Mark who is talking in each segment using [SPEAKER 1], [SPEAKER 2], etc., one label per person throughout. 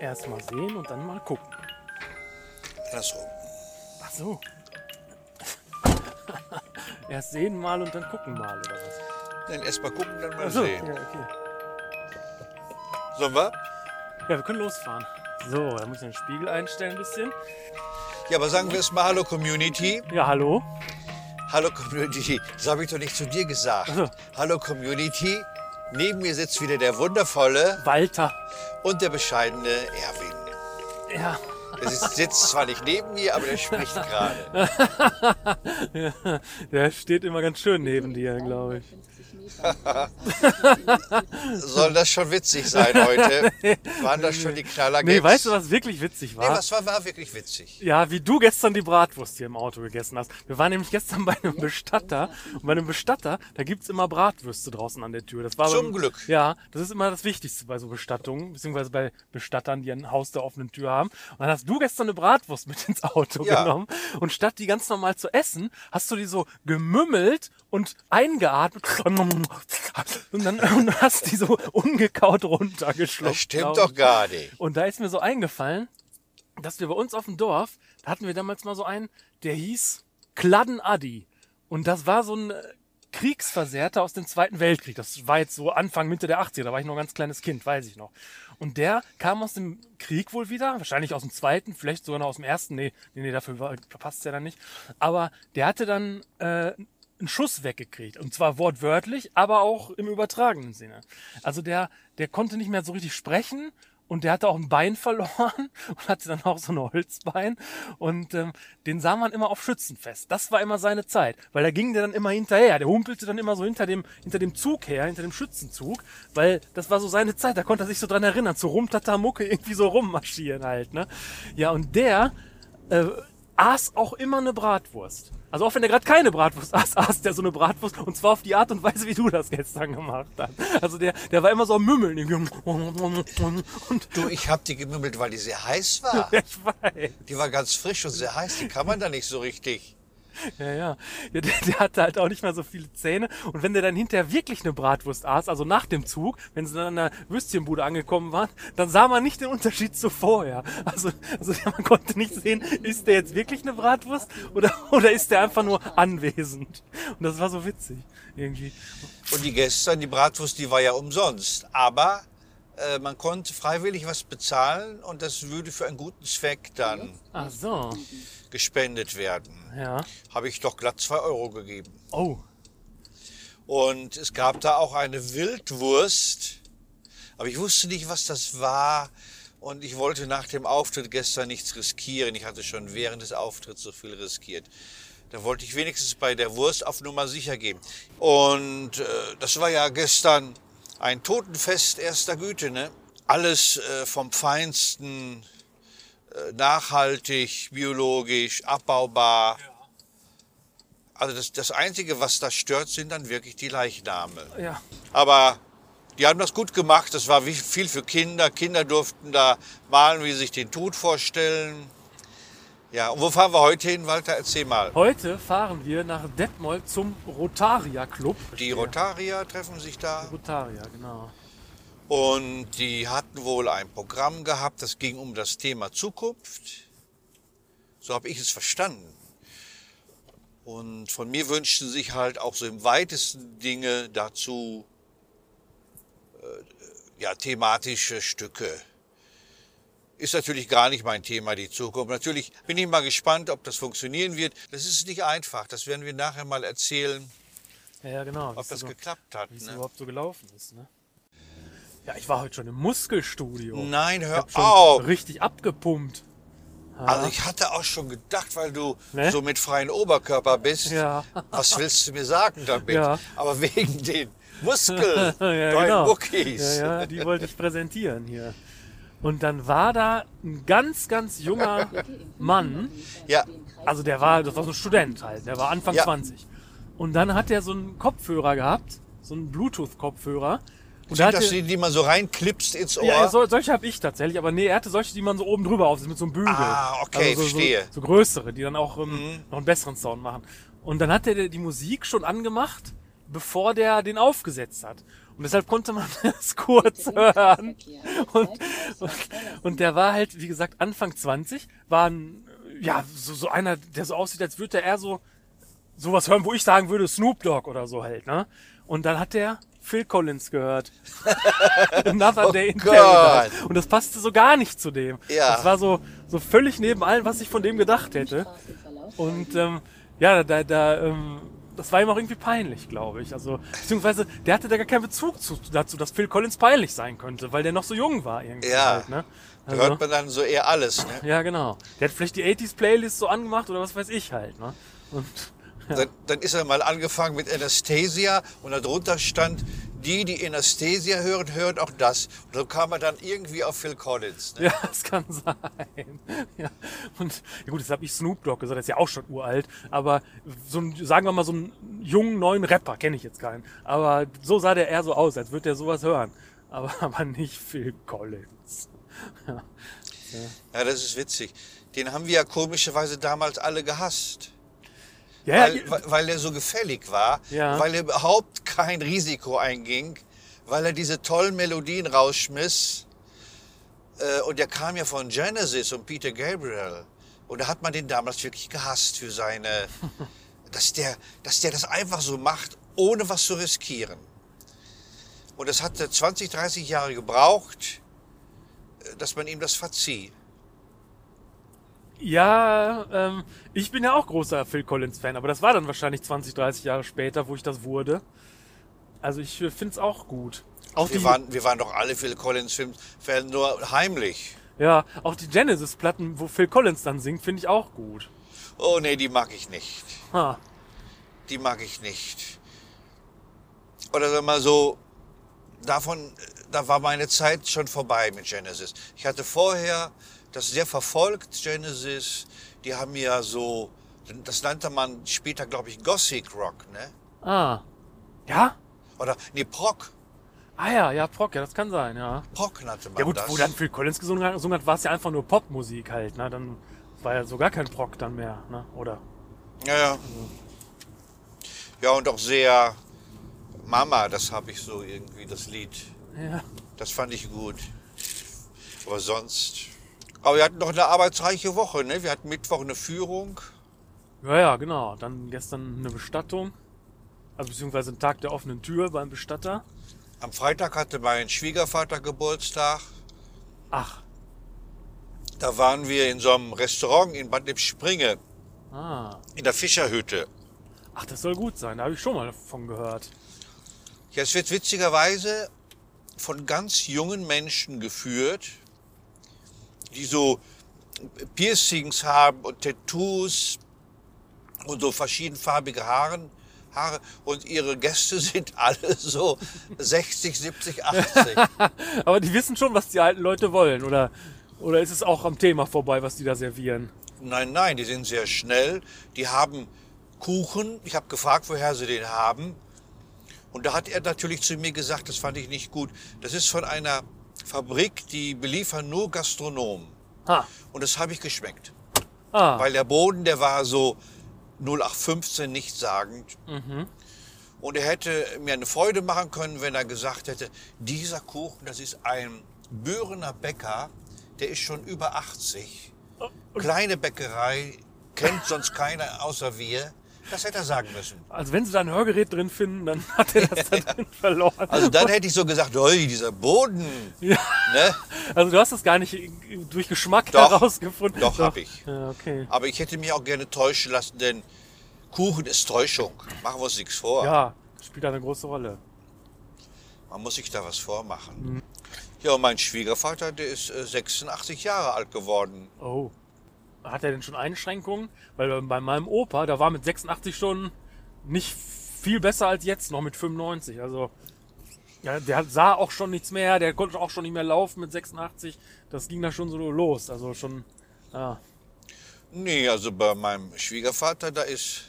[SPEAKER 1] Erst mal sehen und dann mal gucken.
[SPEAKER 2] Andersrum.
[SPEAKER 1] Ach so. Erst sehen mal und dann gucken mal oder was?
[SPEAKER 2] Dann erst mal gucken, dann mal
[SPEAKER 1] Ach so,
[SPEAKER 2] sehen.
[SPEAKER 1] Ja, okay.
[SPEAKER 2] Sollen wir?
[SPEAKER 1] ja, wir können losfahren. So, da muss ich den Spiegel einstellen ein bisschen.
[SPEAKER 2] Ja, aber sagen wir es mal Hallo Community.
[SPEAKER 1] Ja, hallo.
[SPEAKER 2] Hallo Community. Das habe ich doch nicht zu dir gesagt.
[SPEAKER 1] so.
[SPEAKER 2] Hallo Community. Neben mir sitzt wieder der wundervolle
[SPEAKER 1] Walter.
[SPEAKER 2] und der bescheidene Erwin.
[SPEAKER 1] Ja.
[SPEAKER 2] Er sitzt- sitzt zwar nicht neben mir, aber der spricht gerade.
[SPEAKER 1] Der steht immer ganz schön neben dir, glaube ich.
[SPEAKER 2] Soll das schon witzig sein heute? Waren das schon die Knaller
[SPEAKER 1] Nee,
[SPEAKER 2] Gags?
[SPEAKER 1] weißt du, was wirklich witzig
[SPEAKER 2] Nee,
[SPEAKER 1] war?
[SPEAKER 2] was war, war wirklich witzig.
[SPEAKER 1] Ja, wie du gestern die Bratwurst hier im Auto gegessen hast. Wir waren nämlich gestern bei einem Bestatter. Und bei einem Bestatter, da gibt's immer Bratwürste draußen an der Tür. Das war
[SPEAKER 2] Zum
[SPEAKER 1] beim-
[SPEAKER 2] Glück.
[SPEAKER 1] Ja, das ist immer das Wichtigste bei so Bestattungen, beziehungsweise bei Bestattern, die ein Haus der offenen Tür haben. Und dann hast du gestern eine Bratwurst mit ins Auto
[SPEAKER 2] Ja.
[SPEAKER 1] genommen. Und statt die ganz normal zu essen, hast du die so gemümmelt und eingeatmet. Und dann und hast die so ungekaut runtergeschluckt.
[SPEAKER 2] Das stimmt
[SPEAKER 1] glaub ich.
[SPEAKER 2] doch gar nicht.
[SPEAKER 1] Und da ist mir so eingefallen, dass wir bei uns auf dem Dorf, da hatten wir damals mal so einen, der hieß Kladden Addi. Und das war so ein äh, Kriegsversehrter aus dem Zweiten Weltkrieg. Das war jetzt so Anfang, Mitte der 80er, da war ich noch ein ganz kleines Kind, weiß ich noch. Und der kam aus dem Krieg wohl wieder, wahrscheinlich aus dem Zweiten, vielleicht sogar noch aus dem Ersten. Nee, nee, nee dafür war- passt ja dann nicht. Aber der hatte dann äh, einen Schuss weggekriegt. Und zwar wortwörtlich, aber auch im übertragenen Sinne. Also der, der konnte nicht mehr so richtig sprechen und der hatte auch ein Bein verloren und hatte dann auch so ein Holzbein. Und ähm, den sah man immer auf Schützenfest. Das war immer seine Zeit, weil da ging der dann immer hinterher. Der humpelte dann immer so hinter dem, hinter dem Zug her, hinter dem Schützenzug, weil das war so seine Zeit. Da konnte er sich so dran erinnern, so rumtatamucke irgendwie so rummarschieren halt. Ne? Ja, und der äh, aß auch immer eine Bratwurst. Also auch wenn er gerade keine Bratwurst aß, aß der so eine Bratwurst und zwar auf die Art und Weise, wie du das gestern gemacht hast. Also der, der war immer so am Mümmeln. irgendwie. Und
[SPEAKER 2] Du, ich hab die gemümmelt, weil die sehr heiß war.
[SPEAKER 1] ich weiß.
[SPEAKER 2] Die war ganz frisch und sehr heiß. Die kann man da nicht so richtig.
[SPEAKER 1] Ja, ja. ja der, der hatte halt auch nicht mehr so viele Zähne. Und wenn der dann hinterher wirklich eine Bratwurst aß, also nach dem Zug, wenn sie dann an der Würstchenbude angekommen waren, dann sah man nicht den Unterschied zu vorher. Also, also man konnte nicht sehen, ist der jetzt wirklich eine Bratwurst oder, oder ist der einfach nur anwesend. Und das war so witzig irgendwie.
[SPEAKER 2] Und die gestern, die Bratwurst, die war ja umsonst. Aber äh, man konnte freiwillig was bezahlen und das würde für einen guten Zweck dann
[SPEAKER 1] Ach so,
[SPEAKER 2] gespendet werden.
[SPEAKER 1] ja.
[SPEAKER 2] Habe ich doch glatt zwei Euro gegeben.
[SPEAKER 1] Oh,
[SPEAKER 2] Und es gab da auch eine Wildwurst. Aber ich wusste nicht, was das war. Und ich wollte nach dem Auftritt gestern nichts riskieren. Ich hatte schon während des Auftritts so viel riskiert. Da wollte ich wenigstens bei der Wurst auf Nummer sicher gehen. Und äh, das war ja gestern ein Totenfest erster Güte. Ne? Alles äh, vom Feinsten, äh, nachhaltig, biologisch, abbaubar. Also das, das Einzige, was das stört, sind dann wirklich die Leichname.
[SPEAKER 1] ja.
[SPEAKER 2] Aber die haben das gut gemacht. Das war wie- viel für Kinder. Kinder durften da malen, wie sie sich den Tod vorstellen. Ja, und wo fahren wir heute hin, Walter? Erzähl mal.
[SPEAKER 1] Heute fahren wir nach Detmold zum Rotaria Club.
[SPEAKER 2] Die Rotarier treffen sich da
[SPEAKER 1] Rotaria, genau.
[SPEAKER 2] und die hatten wohl ein Programm gehabt, das ging um das Thema Zukunft. So habe ich es verstanden. Und von mir wünschten sich halt auch so im weitesten Dinge dazu äh, ja, thematische Stücke. Ist natürlich gar nicht mein Thema, die Zukunft. Natürlich bin ich mal gespannt, ob das funktionieren wird. Das ist nicht einfach. Das werden wir nachher mal erzählen,
[SPEAKER 1] Ja, ja genau.
[SPEAKER 2] ob das
[SPEAKER 1] so,
[SPEAKER 2] geklappt hat.
[SPEAKER 1] wie es
[SPEAKER 2] Ne?
[SPEAKER 1] überhaupt so gelaufen ist, ne? Ja, ich war heute schon im Muskelstudio.
[SPEAKER 2] Nein,
[SPEAKER 1] Ich
[SPEAKER 2] hör
[SPEAKER 1] hab schon
[SPEAKER 2] auf.
[SPEAKER 1] richtig abgepumpt.
[SPEAKER 2] Also ich hatte auch schon gedacht, weil du
[SPEAKER 1] Ne?
[SPEAKER 2] so mit freiem Oberkörper bist,
[SPEAKER 1] Ja.
[SPEAKER 2] was willst du mir sagen damit?
[SPEAKER 1] Ja.
[SPEAKER 2] Aber wegen den Muskeln,
[SPEAKER 1] ja,
[SPEAKER 2] deinen
[SPEAKER 1] genau.
[SPEAKER 2] Muckis.
[SPEAKER 1] Ja, ja, die wollte ich präsentieren hier. Und dann war da ein ganz, ganz junger Mann.
[SPEAKER 2] Ja.
[SPEAKER 1] Also der war, das war so ein Student halt, der war Anfang
[SPEAKER 2] Ja.
[SPEAKER 1] 20. Und dann hat er so einen Kopfhörer gehabt, so einen Bluetooth-Kopfhörer. Und da
[SPEAKER 2] Sind
[SPEAKER 1] hat
[SPEAKER 2] das
[SPEAKER 1] er-
[SPEAKER 2] die, die man so reinklipst ins Ohr?
[SPEAKER 1] Ja, so, solche habe ich tatsächlich, aber nee, er hatte solche, die man so oben drüber aufsetzt, mit so einem Bügel. Also
[SPEAKER 2] Ah, okay,
[SPEAKER 1] so,
[SPEAKER 2] verstehe. Mhm.
[SPEAKER 1] So, so größere, die dann auch ähm, noch einen besseren Sound machen. Und dann hat er die Musik schon angemacht, bevor der den aufgesetzt hat. Und deshalb konnte man das kurz hören. Und, und, und der war halt, wie gesagt, Anfang 20, war ein, ja, so, so einer, der so aussieht, als würde er so sowas hören, wo ich sagen würde, Snoop Dogg oder so halt, ne? Und dann hat der Phil Collins gehört. Another Day in
[SPEAKER 2] Oh Gott.
[SPEAKER 1] Paradise. Und das passte so gar nicht zu dem.
[SPEAKER 2] Ja.
[SPEAKER 1] Das war so, so völlig neben allem, was ich von dem gedacht hätte. Und ähm, ja, da, da, ähm, das war ihm auch irgendwie peinlich, glaube ich. Also, beziehungsweise, der hatte da gar keinen Bezug zu, dazu, dass Phil Collins peinlich sein könnte, weil der noch so jung war irgendwie.
[SPEAKER 2] Ja.
[SPEAKER 1] Halt, ne?
[SPEAKER 2] Da
[SPEAKER 1] also,
[SPEAKER 2] hört man dann so eher alles. Ne?
[SPEAKER 1] ja, genau. Der hat vielleicht die 80s-Playlist so angemacht oder was weiß ich halt. Ne? Und
[SPEAKER 2] Dann, dann ist er mal angefangen mit Anastasia und darunter stand, die, die Anastasia hören, hören auch das. Und so kam er dann irgendwie auf Phil Collins. Ne?
[SPEAKER 1] Ja, das kann sein. Ja. Und ja gut, jetzt habe ich Snoop Dogg gesagt, der ist ja auch schon uralt, aber so ein, sagen wir mal, so einen jungen neuen Rapper kenne ich jetzt keinen. Aber so sah der eher so aus, als würde der sowas hören. Aber, aber nicht Phil Collins.
[SPEAKER 2] Ja, das ist witzig. Den haben wir ja komischerweise damals alle gehasst.
[SPEAKER 1] Ja, ja,
[SPEAKER 2] weil, weil- weil er so gefällig war,
[SPEAKER 1] Ja.
[SPEAKER 2] weil er überhaupt kein Risiko einging, weil er diese tollen Melodien rausschmiss. Äh, Und er kam ja von Genesis und Peter Gabriel. Und da hat man den damals wirklich gehasst für seine, dass der, dass der das einfach so macht, ohne was zu riskieren. Und das hat er 20, 30 Jahre gebraucht, äh, dass man ihm das verzieh.
[SPEAKER 1] ja ähm, ich bin ja auch großer Phil Collins-Fan, aber das war dann wahrscheinlich 20, 30 Jahre später, wo ich das wurde. Also ich finde es auch gut. Auch
[SPEAKER 2] Wir
[SPEAKER 1] die-
[SPEAKER 2] waren, wir waren doch alle Phil Collins-Filmfans, nur heimlich.
[SPEAKER 1] Ja, auch die Genesis-Platten, wo Phil Collins dann singt, finde ich auch gut.
[SPEAKER 2] Oh nee, die mag ich nicht.
[SPEAKER 1] Ha.
[SPEAKER 2] die mag ich nicht. Oder sagen wir mal so, davon, äh, da war meine Zeit schon vorbei mit Genesis. Ich hatte vorher das sehr verfolgt, Genesis. Die haben ja so, das nannte man später, glaube ich, Gothic Rock, ne?
[SPEAKER 1] Ah. Ja?
[SPEAKER 2] Oder, nee, Prog.
[SPEAKER 1] Ah ja, ja, Prog, ja, das kann sein, ja.
[SPEAKER 2] Prog nannte man
[SPEAKER 1] Ja gut,
[SPEAKER 2] das.
[SPEAKER 1] wo dann Phil Collins gesungen hat- gesungen hat, war es ja einfach nur Popmusik halt, ne? Dann war ja so gar kein Prog dann mehr, ne? Oder?
[SPEAKER 2] ja, ja. ja, und auch sehr Mama, das habe ich so irgendwie, das Lied.
[SPEAKER 1] Ja.
[SPEAKER 2] Das fand ich gut. Aber sonst. Aber wir hatten doch eine arbeitsreiche Woche, ne? Wir hatten Mittwoch eine Führung.
[SPEAKER 1] Ja, ja, genau. Dann gestern eine Bestattung. Also beziehungsweise ein Tag der offenen Tür beim Bestatter.
[SPEAKER 2] Am Freitag hatte mein Schwiegervater Geburtstag.
[SPEAKER 1] Ach.
[SPEAKER 2] Da waren wir in so einem Restaurant in Bad Lippspringe,
[SPEAKER 1] Ah.
[SPEAKER 2] in der Fischerhütte.
[SPEAKER 1] Ach, das soll gut sein. Da habe ich schon mal davon gehört.
[SPEAKER 2] Ja, es wird witzigerweise von ganz jungen Menschen geführt, die so Piercings haben und Tattoos und so verschiedenfarbige Haaren, Haare. Und ihre Gäste sind alle so 60, 70, 80.
[SPEAKER 1] Aber die wissen schon, was die alten Leute wollen, oder? Oder ist es auch am Thema vorbei, was die da servieren?
[SPEAKER 2] Nein, nein, die sind sehr schnell. Die haben Kuchen. Ich habe gefragt, woher sie den haben. Und da hat er natürlich zu mir gesagt, das fand ich nicht gut. Das ist von einer Fabrik, die beliefern nur Gastronomen.
[SPEAKER 1] Ha.
[SPEAKER 2] Und das habe ich geschmeckt.
[SPEAKER 1] Ah.
[SPEAKER 2] Weil der Boden, der war so 0815 nichtssagend.
[SPEAKER 1] Mhm.
[SPEAKER 2] Und er hätte mir eine Freude machen können, wenn er gesagt hätte, dieser Kuchen, das ist ein Bürener Bäcker, der ist schon über 80.
[SPEAKER 1] Oh.
[SPEAKER 2] Kleine Bäckerei, kennt sonst keiner außer wir. Das hätte er sagen müssen.
[SPEAKER 1] Also wenn sie da ein Hörgerät drin finden, dann hat er das da drin verloren.
[SPEAKER 2] Also dann hätte ich so gesagt, oi, dieser Boden. Ne?
[SPEAKER 1] Also du hast das gar nicht durch Geschmack
[SPEAKER 2] Doch.
[SPEAKER 1] herausgefunden.
[SPEAKER 2] Doch, hab ich.
[SPEAKER 1] Ja, okay.
[SPEAKER 2] Aber ich hätte mich auch gerne täuschen lassen, denn Kuchen ist Täuschung. Machen wir uns nichts vor.
[SPEAKER 1] Ja, das spielt eine große Rolle.
[SPEAKER 2] Man muss sich da was vormachen. Ja, und mein Schwiegervater, der ist äh, 86 Jahre alt geworden.
[SPEAKER 1] Oh. Hat er denn schon Einschränkungen? Weil bei meinem Opa, da war mit 86 schon nicht viel besser als jetzt, noch mit 95. Also ja, der hat- sah auch schon nichts mehr, der konnte auch schon nicht mehr laufen mit 86. Das ging da schon so los. Also schon, ja.
[SPEAKER 2] Nee, also bei meinem Schwiegervater, da ist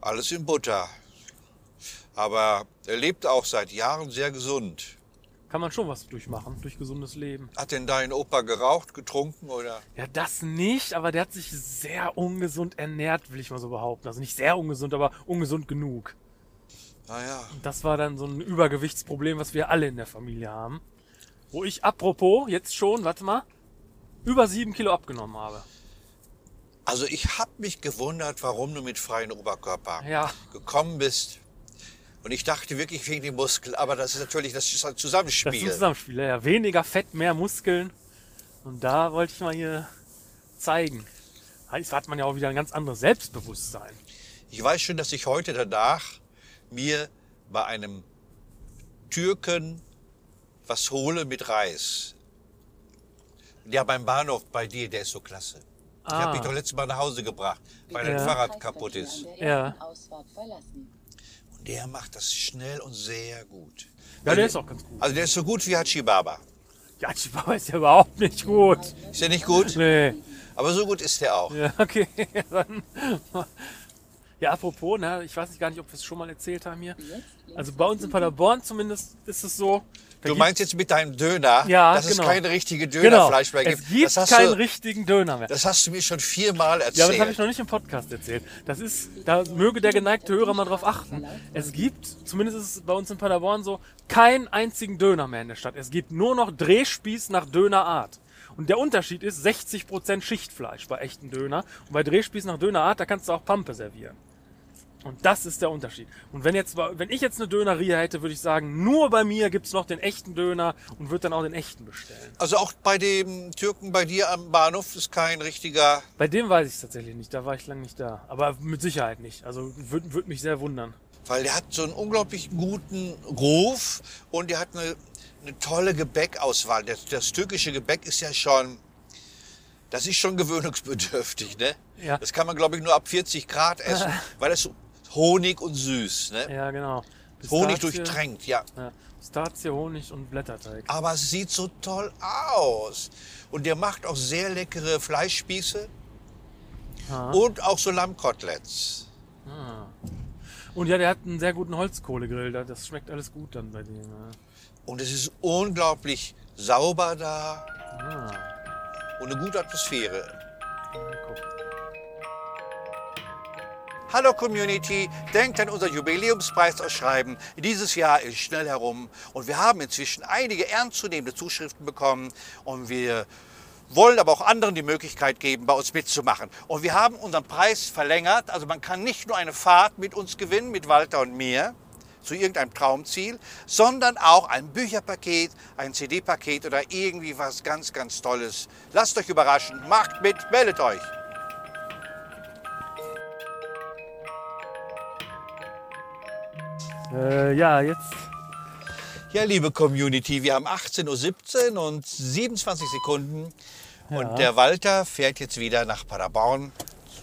[SPEAKER 2] alles in Butter. Aber er lebt auch seit Jahren sehr gesund.
[SPEAKER 1] kann man schon was durchmachen, durch gesundes Leben.
[SPEAKER 2] Hat denn dein Opa geraucht, getrunken oder?
[SPEAKER 1] Ja, das nicht, aber der hat sich sehr ungesund ernährt, will ich mal so behaupten. Also nicht sehr ungesund, aber ungesund genug.
[SPEAKER 2] Naja,
[SPEAKER 1] Das war dann so ein Übergewichtsproblem, was wir alle in der Familie haben. Wo ich apropos jetzt schon, warte mal, über sieben Kilo abgenommen habe.
[SPEAKER 2] also ich habe mich gewundert, warum du mit freiem Oberkörper
[SPEAKER 1] Ja.
[SPEAKER 2] gekommen bist. Und ich dachte wirklich wegen dem Muskel, aber das ist natürlich das ist ein Zusammenspiel.
[SPEAKER 1] Das ist ein Zusammenspiel, ja. Weniger Fett, mehr Muskeln. Und da wollte ich mal hier zeigen. Jetzt hat man ja auch wieder ein ganz anderes Selbstbewusstsein.
[SPEAKER 2] Ich weiß schon, dass ich heute danach mir bei einem Türken was hole mit Reis. Ja, beim Bahnhof bei dir, der ist so klasse. Ich
[SPEAKER 1] Ah.
[SPEAKER 2] habe mich doch letztes Mal nach Hause gebracht, weil dein
[SPEAKER 1] Ja.
[SPEAKER 2] Fahrrad kaputt ist.
[SPEAKER 1] Ja.
[SPEAKER 2] Und der macht das schnell und sehr gut.
[SPEAKER 1] Ja, der ist auch ganz gut.
[SPEAKER 2] Also der ist so gut wie Hachibaba.
[SPEAKER 1] Ja, Chihuahua ist ja überhaupt nicht gut.
[SPEAKER 2] Ist der nicht gut?
[SPEAKER 1] Nee.
[SPEAKER 2] Aber so gut ist der auch.
[SPEAKER 1] Ja, okay. Dann. Ja, apropos, ne, ich weiß nicht gar nicht, ob wir es schon mal erzählt haben hier. Also bei uns in Paderborn zumindest ist es so. da
[SPEAKER 2] Du
[SPEAKER 1] gibt-
[SPEAKER 2] meinst jetzt mit deinem Döner,
[SPEAKER 1] Ja,
[SPEAKER 2] dass
[SPEAKER 1] genau.
[SPEAKER 2] es keine richtige
[SPEAKER 1] genau,
[SPEAKER 2] Dönerfleisch mehr gibt.
[SPEAKER 1] Es gibt
[SPEAKER 2] das, hast
[SPEAKER 1] keinen
[SPEAKER 2] du,
[SPEAKER 1] richtigen Döner mehr.
[SPEAKER 2] das hast du mir schon viermal erzählt.
[SPEAKER 1] Ja, aber das habe ich noch nicht im Podcast erzählt. Das ist, da möge der geneigte Hörer mal drauf achten. Es gibt, zumindest ist es bei uns in Paderborn so, keinen einzigen Döner mehr in der Stadt. Es gibt nur noch Drehspieß nach Dönerart. Und der Unterschied ist 60% Schichtfleisch bei echten Döner. Und bei Drehspieß nach Dönerart, da kannst du auch Pampe servieren. Und das ist der Unterschied. Und wenn, jetzt, wenn ich jetzt eine Dönerie hätte, würde ich sagen, nur bei mir gibt's noch den echten Döner und würde dann auch den echten bestellen.
[SPEAKER 2] Also auch bei dem Türken bei dir am Bahnhof ist kein richtiger.
[SPEAKER 1] Bei dem weiß ich es tatsächlich nicht, da war ich lang nicht da. Aber mit Sicherheit nicht. Also würde würd mich sehr wundern.
[SPEAKER 2] Weil der hat so einen unglaublich guten Ruf und der hat eine, eine tolle Gebäckauswahl. Das, das türkische Gebäck ist ja schon. Das ist schon gewöhnungsbedürftig, ne?
[SPEAKER 1] Ja.
[SPEAKER 2] Das kann man, glaube ich, nur ab 40 Grad essen, weil das so Honig und süß, ne?
[SPEAKER 1] Ja, genau.
[SPEAKER 2] Honig
[SPEAKER 1] Pistazie-
[SPEAKER 2] durchtränkt, ja.
[SPEAKER 1] Ja, Pistazie, Honig und Blätterteig.
[SPEAKER 2] Aber es sieht so toll aus. Und der macht auch sehr leckere Fleischspieße und auch so Lammkoteletts.
[SPEAKER 1] Und ja, der hat einen sehr guten Holzkohlegrill. da- Das schmeckt alles gut dann bei dem. ja.
[SPEAKER 2] Und es ist unglaublich sauber da. Und eine gute Atmosphäre.
[SPEAKER 1] Guck.
[SPEAKER 2] Hallo Community, denkt an unser Jubiläumspreisausschreiben. Dieses Jahr ist schnell herum und wir haben inzwischen einige ernstzunehmende Zuschriften bekommen und wir wollen aber auch anderen die Möglichkeit geben, bei uns mitzumachen. Und wir haben unseren Preis verlängert, also man kann nicht nur eine Fahrt mit uns gewinnen, mit Walter und mir zu irgendeinem Traumziel, sondern auch ein Bücherpaket, ein CD-Paket oder irgendwie was ganz, ganz Tolles. Lasst euch überraschen, macht mit, meldet euch.
[SPEAKER 1] Äh, ja, jetzt.
[SPEAKER 2] Ja, liebe Community, wir haben 18.17 Uhr und 27 Sekunden. Und der Walter fährt jetzt wieder nach Paderborn.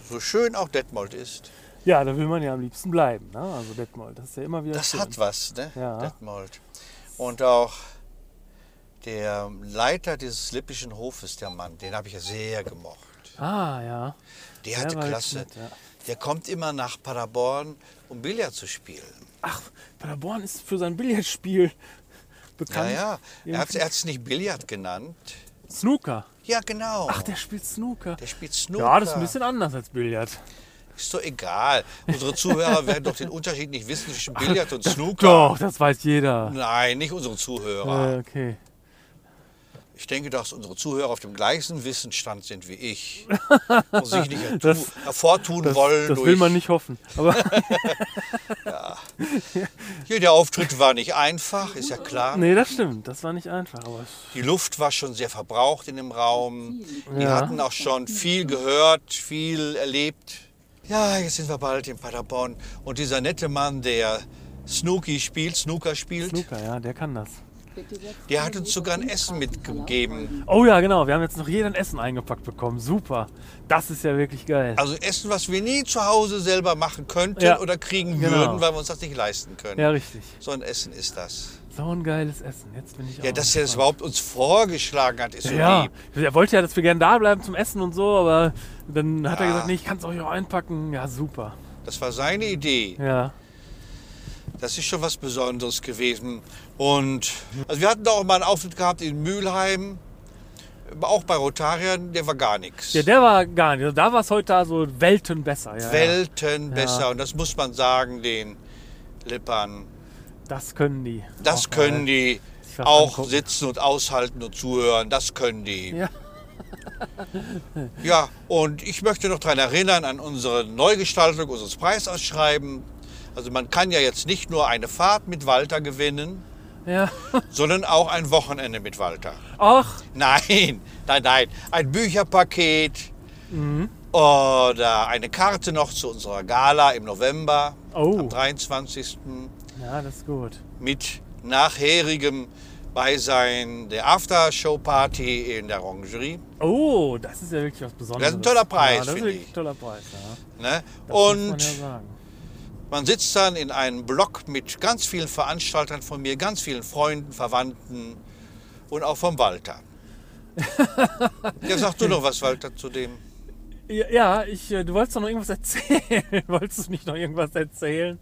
[SPEAKER 2] So schön auch Detmold ist.
[SPEAKER 1] Ja, da will man ja am liebsten bleiben. Ne? Also Detmold, das ist ja immer wieder.
[SPEAKER 2] Das
[SPEAKER 1] schön.
[SPEAKER 2] hat was, ne?
[SPEAKER 1] Ja.
[SPEAKER 2] Detmold. Und auch der Leiter dieses lippischen Hofes, der Mann, den habe ich ja sehr gemocht.
[SPEAKER 1] Ah, ja.
[SPEAKER 2] Der
[SPEAKER 1] Der
[SPEAKER 2] hatte
[SPEAKER 1] war jetzt
[SPEAKER 2] Klasse.
[SPEAKER 1] nett, ja.
[SPEAKER 2] Der kommt immer nach Paderborn, um Billard zu spielen.
[SPEAKER 1] Ach, Paderborn ist für sein Billardspiel bekannt.
[SPEAKER 2] Naja, er hat
[SPEAKER 1] Irgendwie-
[SPEAKER 2] es nicht Billard genannt.
[SPEAKER 1] Snooker.
[SPEAKER 2] Ja, genau.
[SPEAKER 1] Ach, der spielt Snooker.
[SPEAKER 2] der spielt Snooker.
[SPEAKER 1] Ja, das ist ein bisschen anders als Billard.
[SPEAKER 2] Ist doch egal. Unsere Zuhörer werden doch den Unterschied nicht wissen zwischen Billard und Snooker.
[SPEAKER 1] Doch, das weiß jeder.
[SPEAKER 2] Nein, nicht unsere Zuhörer.
[SPEAKER 1] Äh, okay.
[SPEAKER 2] Ich denke, dass unsere Zuhörer auf dem gleichen Wissensstand sind wie ich und sich nicht hertu-
[SPEAKER 1] Das-
[SPEAKER 2] hervortun
[SPEAKER 1] Das,
[SPEAKER 2] wollen
[SPEAKER 1] das
[SPEAKER 2] durch
[SPEAKER 1] will man nicht hoffen. Aber
[SPEAKER 2] Hier, der Auftritt war nicht einfach, ist ja klar.
[SPEAKER 1] nee, das stimmt. Das war nicht einfach. Aber es-
[SPEAKER 2] Die Luft war schon sehr verbraucht in dem Raum. Die
[SPEAKER 1] Ja.
[SPEAKER 2] hatten auch schon viel gehört, viel erlebt. Ja, jetzt sind wir bald in Paderborn und dieser nette Mann, der Snooki spielt, Snooker spielt,
[SPEAKER 1] Luca, ja, der kann das.
[SPEAKER 2] der hat uns sogar ein Essen mitgegeben.
[SPEAKER 1] Oh ja, genau. Wir haben jetzt noch jeder ein Essen eingepackt bekommen. Super. Das ist ja wirklich geil.
[SPEAKER 2] Also Essen, was wir nie zu Hause selber machen könnten
[SPEAKER 1] Ja,
[SPEAKER 2] oder kriegen
[SPEAKER 1] genau.
[SPEAKER 2] würden, weil wir uns das nicht leisten können.
[SPEAKER 1] Ja, richtig.
[SPEAKER 2] So ein Essen ist das.
[SPEAKER 1] So ein geiles Essen. Jetzt bin ich
[SPEAKER 2] Ja,
[SPEAKER 1] auch
[SPEAKER 2] dass er das
[SPEAKER 1] gespannt.
[SPEAKER 2] überhaupt uns vorgeschlagen hat, ist so
[SPEAKER 1] Ja,
[SPEAKER 2] lieb.
[SPEAKER 1] er wollte ja, dass wir gerne da bleiben zum Essen und so, aber dann hat er gesagt, nee, ich kann es euch auch einpacken. Ja, super.
[SPEAKER 2] Das war seine Idee.
[SPEAKER 1] Ja.
[SPEAKER 2] Das ist schon was Besonderes gewesen. Und also wir hatten da auch mal einen Auftritt gehabt in Mülheim, auch bei Rotariern, der war gar nichts.
[SPEAKER 1] Ja, der war gar nicht. Da war es heute also Welten besser. Ja, ja.
[SPEAKER 2] Welten besser. Und das muss man sagen, den Lippern.
[SPEAKER 1] Das können die.
[SPEAKER 2] Das
[SPEAKER 1] Auch
[SPEAKER 2] können
[SPEAKER 1] mal.
[SPEAKER 2] die
[SPEAKER 1] was
[SPEAKER 2] auch
[SPEAKER 1] angucken.
[SPEAKER 2] sitzen und aushalten und zuhören. Das können die.
[SPEAKER 1] Ja.
[SPEAKER 2] Ja, und ich möchte noch daran erinnern an unsere Neugestaltung unseres Preisausschreiben. Also man kann ja jetzt nicht nur eine Fahrt mit Walter gewinnen,
[SPEAKER 1] Ja.
[SPEAKER 2] sondern auch ein Wochenende mit Walter.
[SPEAKER 1] Ach,
[SPEAKER 2] Nein, nein, nein. Ein Bücherpaket
[SPEAKER 1] Mhm.
[SPEAKER 2] oder eine Karte noch zu unserer Gala im November
[SPEAKER 1] Oh.
[SPEAKER 2] am 23.
[SPEAKER 1] ja, das ist gut.
[SPEAKER 2] mit nachherigem Beisein der After-Show-Party in der Orangerie.
[SPEAKER 1] Oh, das ist ja wirklich was Besonderes.
[SPEAKER 2] Das ist ein toller Preis,
[SPEAKER 1] Ja, das ist
[SPEAKER 2] finde
[SPEAKER 1] wirklich
[SPEAKER 2] ich.
[SPEAKER 1] ein toller Preis. Ja.
[SPEAKER 2] Ne?
[SPEAKER 1] Das
[SPEAKER 2] Und
[SPEAKER 1] muss man ja sagen.
[SPEAKER 2] Man sitzt dann in einem Block mit ganz vielen Veranstaltern von mir, ganz vielen Freunden, Verwandten und auch vom Walter. ja, sag du noch was, Walter, zu dem.
[SPEAKER 1] Ja, ja, ich, äh, du wolltest doch noch irgendwas erzählen. wolltest du nicht noch irgendwas erzählen?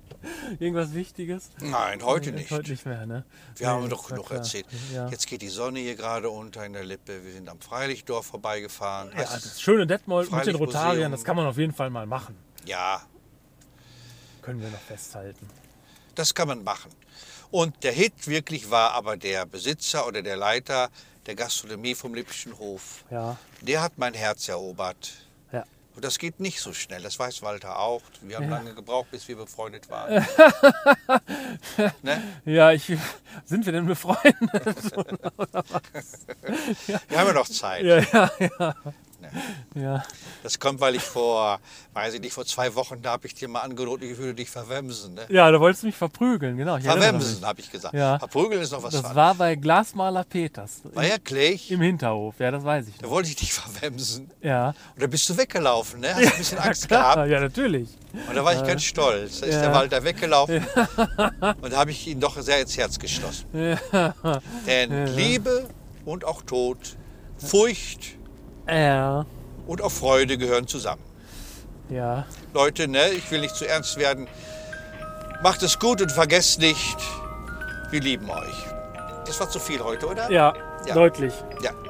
[SPEAKER 1] Irgendwas Wichtiges?
[SPEAKER 2] Nein, heute
[SPEAKER 1] Nee,
[SPEAKER 2] nicht.
[SPEAKER 1] Heute nicht mehr, ne?
[SPEAKER 2] Wir haben
[SPEAKER 1] Nee,
[SPEAKER 2] doch
[SPEAKER 1] das war
[SPEAKER 2] genug
[SPEAKER 1] klar.
[SPEAKER 2] erzählt.
[SPEAKER 1] Ja.
[SPEAKER 2] Jetzt geht die Sonne hier gerade unter in der Lippe. Wir sind am Freilichtdorf vorbeigefahren.
[SPEAKER 1] ja, also.
[SPEAKER 2] Heißt-
[SPEAKER 1] das schöne Detmold mit den
[SPEAKER 2] Freilichtmuseum.
[SPEAKER 1] Rotariern, das kann man auf jeden Fall mal machen.
[SPEAKER 2] ja,
[SPEAKER 1] Können wir noch festhalten.
[SPEAKER 2] das kann man machen. Und der Hit wirklich war aber der Besitzer oder der Leiter der Gastronomie vom Lippischen Hof.
[SPEAKER 1] Ja,
[SPEAKER 2] Der hat mein Herz erobert.
[SPEAKER 1] ja.
[SPEAKER 2] Und das geht nicht so schnell, das weiß Walter auch. Wir haben lange gebraucht, bis wir befreundet waren. ne?
[SPEAKER 1] Ja, ich, sind wir denn befreundet?
[SPEAKER 2] Wir haben ja noch Zeit.
[SPEAKER 1] ja, ja, ja. Ja,
[SPEAKER 2] Das kommt, weil ich vor, weiß ich nicht, vor zwei Wochen, da habe ich dir mal angedroht, ich würde dich verwemsen. Ne?
[SPEAKER 1] ja, da wolltest du mich verprügeln, genau. ich erinnere mich.
[SPEAKER 2] Verwemsen, habe ich gesagt.
[SPEAKER 1] Ja.
[SPEAKER 2] Verprügeln ist noch was
[SPEAKER 1] Das
[SPEAKER 2] anderes.
[SPEAKER 1] war bei Glasmaler Peters
[SPEAKER 2] Wirklich?
[SPEAKER 1] im Hinterhof, ja, das weiß ich.
[SPEAKER 2] Da
[SPEAKER 1] Noch.
[SPEAKER 2] wollte ich dich verwemsen.
[SPEAKER 1] Ja,
[SPEAKER 2] Und da bist du weggelaufen, ne? Hast ein bisschen Angst
[SPEAKER 1] klar,
[SPEAKER 2] gehabt.
[SPEAKER 1] ja, natürlich.
[SPEAKER 2] Und da war ich ganz stolz. Da ist
[SPEAKER 1] ja.
[SPEAKER 2] der Walter weggelaufen. Und da habe ich ihn doch sehr ins Herz geschlossen. Denn Liebe und auch Tod, Furcht
[SPEAKER 1] Ja,
[SPEAKER 2] und auch Freude gehören zusammen.
[SPEAKER 1] ja,
[SPEAKER 2] Leute, ne, ich will nicht zu ernst werden. Macht es gut und vergesst nicht, wir lieben euch. Das war zu viel heute, oder?
[SPEAKER 1] ja,
[SPEAKER 2] Ja.
[SPEAKER 1] deutlich.
[SPEAKER 2] ja.